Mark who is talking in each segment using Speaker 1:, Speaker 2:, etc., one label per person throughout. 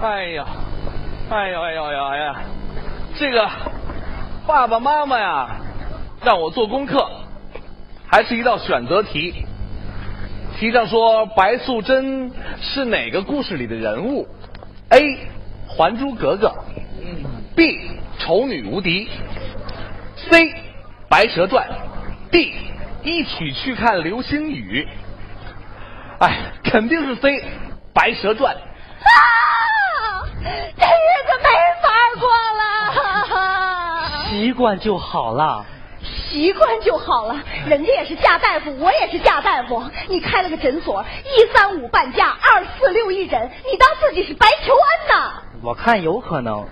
Speaker 1: 哎呦，哎呦哎呦哎呦哎呀！这个爸爸妈妈呀，让我做功课，还是一道选择题。题上说白素贞是哪个故事里的人物？A. 还珠格格，B. 丑女无敌，C. 白蛇传，D. 一起去看流星雨。哎，肯定是 C，《白蛇传》。
Speaker 2: 啊，这日子没法过了。
Speaker 3: 习惯就好了。
Speaker 2: 习惯就好了，人家也是嫁大夫，我也是嫁大夫。你开了个诊所，一三五半价，二四六一诊，你当自己是白求恩呐？
Speaker 3: 我看有可能。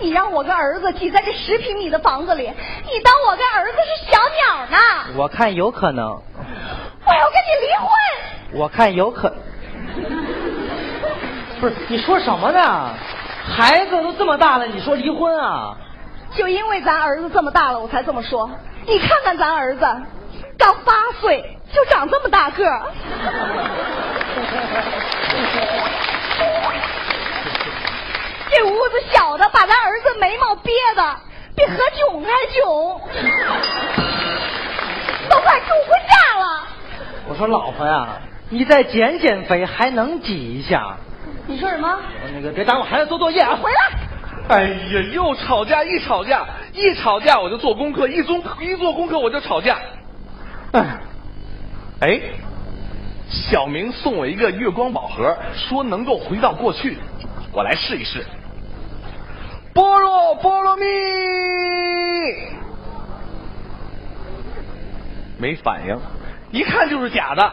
Speaker 2: 你让我跟儿子挤在这十平米的房子里，你当我跟儿子是小鸟呢？
Speaker 3: 我看有可能。
Speaker 2: 我要跟你离婚。
Speaker 3: 我看有可，不是你说什么呢？孩子都这么大了，你说离婚啊？
Speaker 2: 就因为咱儿子这么大了，我才这么说。你看看咱儿子，刚八岁就长这么大个 儿。这屋子小的，把咱儿子眉毛憋的比何炅还炅，都快住不下了。
Speaker 3: 我说老婆呀，你再减减肥，还能挤一下。
Speaker 2: 你说什么？
Speaker 1: 哦
Speaker 3: 那个别耽误孩子做作业啊！
Speaker 2: 回来！
Speaker 1: 哎呀，又吵架，一吵架，一吵架我就做功课，一做一做功课我就吵架。哎，哎，小明送我一个月光宝盒，说能够回到过去，我来试一试。波若波罗蜜，没反应，一看就是假的。
Speaker 2: 啊，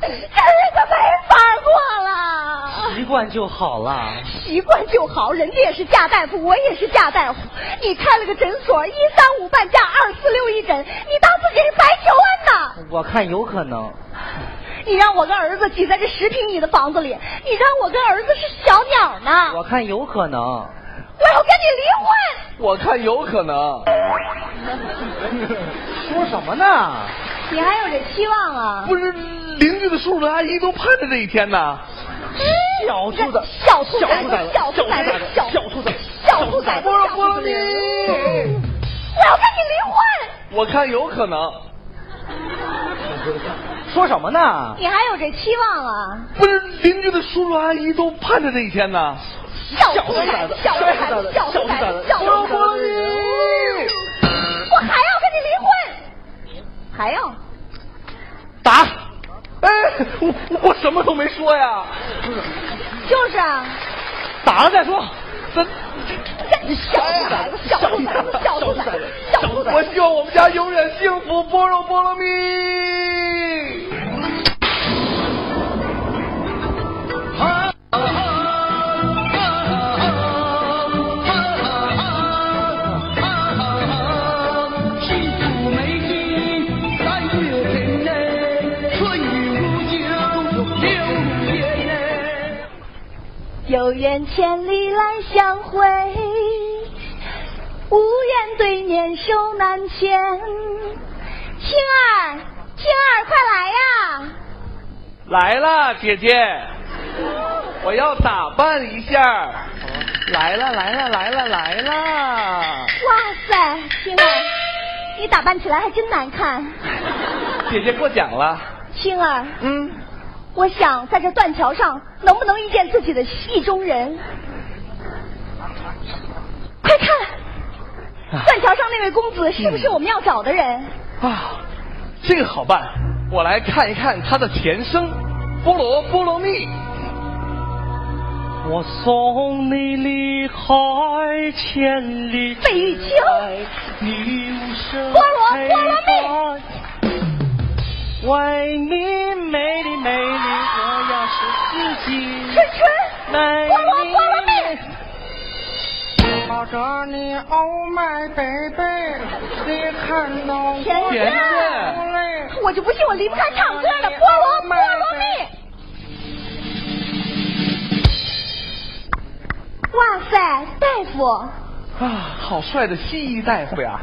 Speaker 2: 这日子没法过了。
Speaker 3: 习惯就好了。
Speaker 2: 习惯就好，人家也是嫁大夫，我也是嫁大夫。你开了个诊所，一三五半价，二四六一诊，你当自己是白求恩呐？
Speaker 3: 我看有可能。
Speaker 2: 你让我跟儿子挤在这十平米的房子里，你让我跟儿子是小鸟呢？
Speaker 3: 我看有可能。
Speaker 2: 我要跟你离婚。
Speaker 1: 我看有可能。
Speaker 3: 说什么呢？
Speaker 2: 你还有这期望啊？
Speaker 1: 不是邻居的叔叔阿姨都盼着这一天呢。
Speaker 3: 小兔子，
Speaker 2: 小兔崽子，
Speaker 3: 小兔
Speaker 2: 小兔崽
Speaker 3: 崽
Speaker 2: 子，
Speaker 3: 子，
Speaker 2: 小
Speaker 3: 小兔子，
Speaker 2: 小兔崽子，
Speaker 1: 波
Speaker 2: 小
Speaker 1: 罗
Speaker 2: 兔
Speaker 1: 波罗蜜
Speaker 2: 崽子，我要跟你离婚！
Speaker 1: 我看有可能。
Speaker 3: 说什么呢？
Speaker 2: 你还有这期望啊？
Speaker 1: 不是邻居的叔叔阿姨都盼着这一天呢。
Speaker 2: 小兔崽子，小兔崽子，小兔崽子，小兔崽子，我还要跟你离婚，还要？
Speaker 1: 打！哎，我我什么都没说呀。
Speaker 2: 就是啊，
Speaker 3: 打了再说。
Speaker 1: 咱
Speaker 2: 这小兔崽子，小兔崽子，小兔崽子，小兔崽
Speaker 1: 我
Speaker 2: 子，
Speaker 1: 希望我们家永远幸福，波若波罗蜜。
Speaker 4: 幸福美景，三月天内，春雨无咎，柳如烟内。
Speaker 2: 有缘千里来相会，无缘对面手难牵。青儿，青儿，快来呀！
Speaker 1: 来啦，姐姐，我要打扮一下。
Speaker 3: 来了，来了，来了，来了。
Speaker 2: 哇塞，青儿，你打扮起来还真难看。
Speaker 1: 姐姐过奖了。
Speaker 2: 青儿，
Speaker 1: 嗯，
Speaker 2: 我想在这断桥上能不能遇见自己的意中人？快看，断桥上那位公子是不是我们要找的人？
Speaker 1: 啊，这个好办，我来看一看它的前生，菠萝菠萝蜜。
Speaker 3: 我送你离开千里之
Speaker 2: 北京
Speaker 3: 外，你无声
Speaker 2: 菠萝菠萝
Speaker 3: 陪伴为你美丽美丽，我要是自己
Speaker 2: 春春，
Speaker 3: 美
Speaker 2: 菠萝菠萝蜜。
Speaker 3: 丽。抱着你，Oh my baby，你看到我
Speaker 2: 甜甜
Speaker 3: 泪。
Speaker 2: 我就不信我离不开唱歌的菠萝菠萝蜜。哇塞，大夫，
Speaker 1: 啊，好帅的西医大夫呀！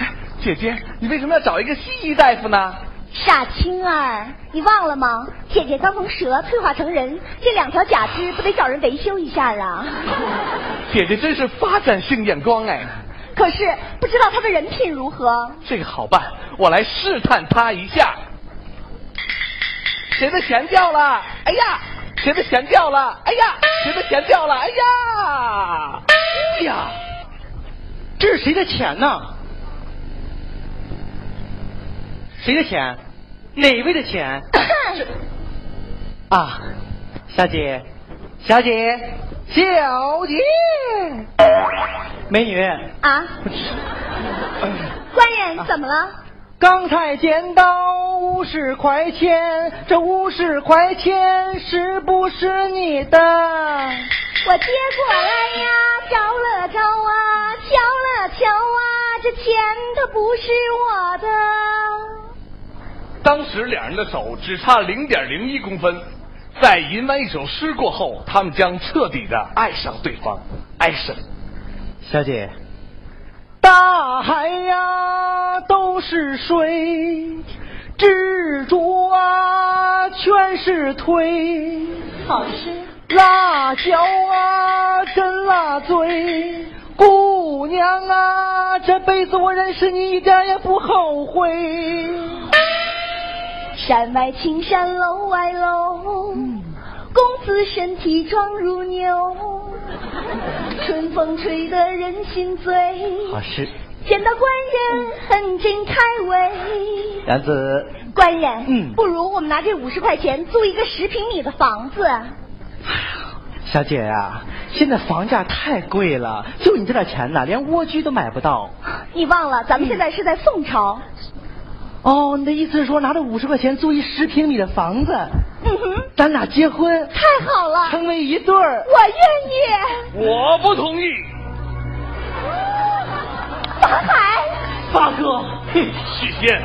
Speaker 1: 哎姐姐，你为什么要找一个西医大夫呢？
Speaker 2: 傻青儿，你忘了吗？姐姐刚从蛇退化成人，这两条假肢不得找人维修一下啊？
Speaker 5: 姐姐真是发展性眼光哎。
Speaker 2: 可是不知道她的人品 如何。
Speaker 5: 这个好办，我来试探她一下。谁的钱掉了？哎呀，谁的钱掉了？哎呀，谁的钱掉了？哎呀，哎呀，
Speaker 1: 这是谁的钱呢？谁的钱？哪位的钱？啊，小姐，小姐，小姐，美女，
Speaker 2: 啊， 官人怎么
Speaker 1: 啊
Speaker 2: 了？
Speaker 1: 刚才捡到五十块钱，这五十块钱是不是你的？
Speaker 2: 我接过来呀，找了找啊，瞧了瞧啊，这钱它不是我的。
Speaker 5: 当时两人的手只差零点零一公分，在吟完一首诗过后，他们将彻底的爱上对方，爱上。
Speaker 1: 小姐，大海呀都是水，蜘蛛啊全是腿，
Speaker 2: 好吃。
Speaker 1: 辣椒啊真辣嘴，姑娘啊这辈子我认识你一点也不后悔。
Speaker 2: 山外青山楼外楼，公子身体壮如牛。春风吹得人心醉，
Speaker 1: 啊是，
Speaker 2: 见到官人很真开胃。
Speaker 1: 男子
Speaker 2: 官人，
Speaker 1: 嗯
Speaker 2: 不如我们拿这五十块钱租一个十平米的房子。
Speaker 1: 小姐啊，现在房价太贵了，就你这点钱呐，连蜗居都买不到。
Speaker 2: 你忘了，咱们现在是在宋朝。
Speaker 1: 哦，你的意思是说拿着五十块钱租一十平米的房子，
Speaker 2: 嗯哼，
Speaker 1: 咱俩结婚，
Speaker 2: 太好了，
Speaker 1: 成为一对儿？
Speaker 2: 我愿意。
Speaker 5: 我不同意。
Speaker 2: 法海，
Speaker 1: 八哥，
Speaker 5: 哼，许仙，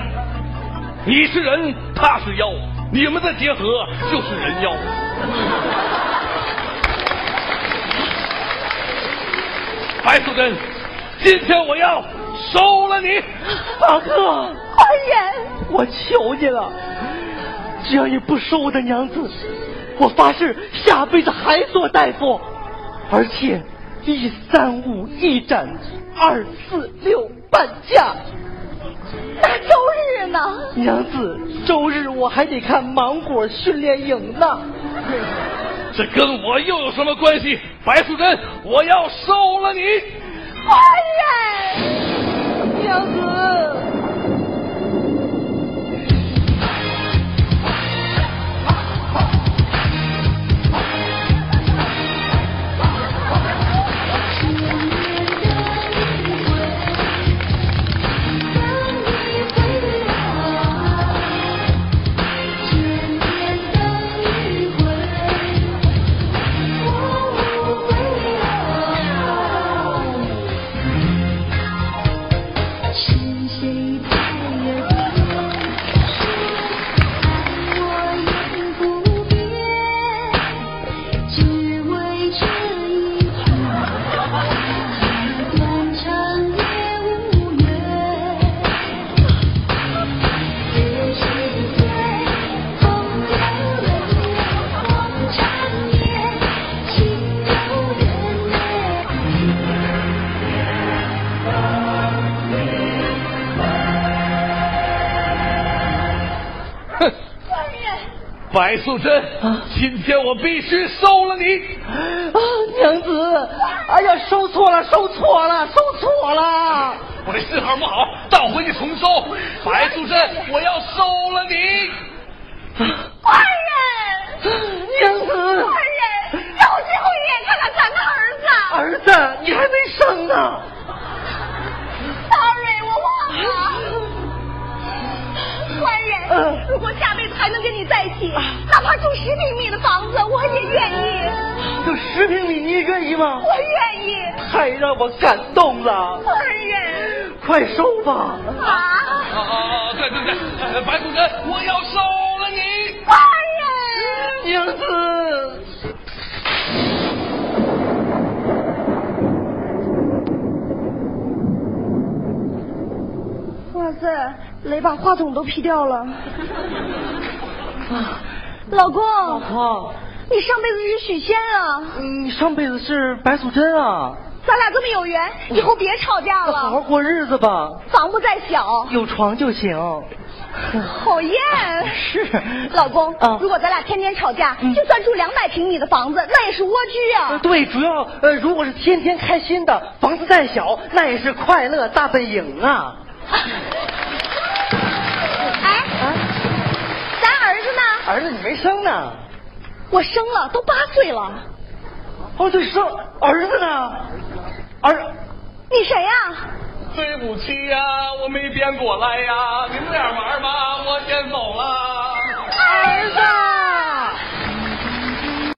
Speaker 5: 你是人，他是妖，你们的结合就是人妖。 白素贞，今天我要收了你。
Speaker 1: 八哥，
Speaker 2: 官人，
Speaker 1: 我求你了，只要你不收我的娘子，我发誓下辈子还做大夫，而且一三五一斩，二四六半价。
Speaker 2: 那周日呢？
Speaker 1: 娘子，周日我还得看芒果训练营呢。
Speaker 5: 这跟我又有什么关系？白素贞，我要收了你。
Speaker 2: 官人。
Speaker 1: 娘子。
Speaker 5: 哼，白素贞，今天我必须收了你。
Speaker 1: 啊，娘子，哎呀，收错了，收错了，收错了！
Speaker 5: 我这信号不好，倒回去重收。白素贞，我要收了你。
Speaker 2: 官人，
Speaker 1: 娘子，
Speaker 2: 官人，让我最后一眼看看咱们儿子。
Speaker 1: 儿子，你还没生呢。
Speaker 2: Sorry，我忘了。官人，
Speaker 1: 嗯
Speaker 2: 如果下辈子还能跟你在一起，哪怕住十平米的房子，我也愿意，
Speaker 1: 就十平米，你也愿意吗？
Speaker 2: 我愿意。
Speaker 1: 太让我感动了，
Speaker 2: 官人，
Speaker 1: 快收吧！
Speaker 5: 啊
Speaker 2: 啊，
Speaker 5: 啊啊！对对对，白素贞，我要收了你。
Speaker 2: 官人，
Speaker 1: 娘子，
Speaker 2: 我子，雷把话筒都劈掉了。啊老公，
Speaker 1: 老婆，
Speaker 2: 你上辈子是许仙啊，
Speaker 1: 啊嗯你上辈子是白素贞啊，
Speaker 2: 咱俩这么有缘，以后别吵架
Speaker 1: 好好
Speaker 2: 了。
Speaker 1: 过日子吧，
Speaker 2: 房屋再小，
Speaker 1: 有床就行。
Speaker 2: 讨厌。
Speaker 1: 是
Speaker 2: 老公，
Speaker 1: 啊
Speaker 2: 如果咱俩天天吵架，
Speaker 1: 嗯
Speaker 2: 就算住两百平米的房子，那也是蜗居
Speaker 1: 呃
Speaker 2: 啊。
Speaker 1: 对，主要呃，如果是天天开心的，房子再小，那也是快乐大本营啊。
Speaker 2: 哎，
Speaker 1: 啊，
Speaker 2: 咱儿子呢？
Speaker 1: 儿子你没生呢？
Speaker 2: 我生了，都八岁了。
Speaker 1: 哦，对，生儿子呢？儿，
Speaker 2: 你谁呀、
Speaker 5: 对不起呀、我没变过来呀、您这样玩吧，我先走了。
Speaker 2: 儿子。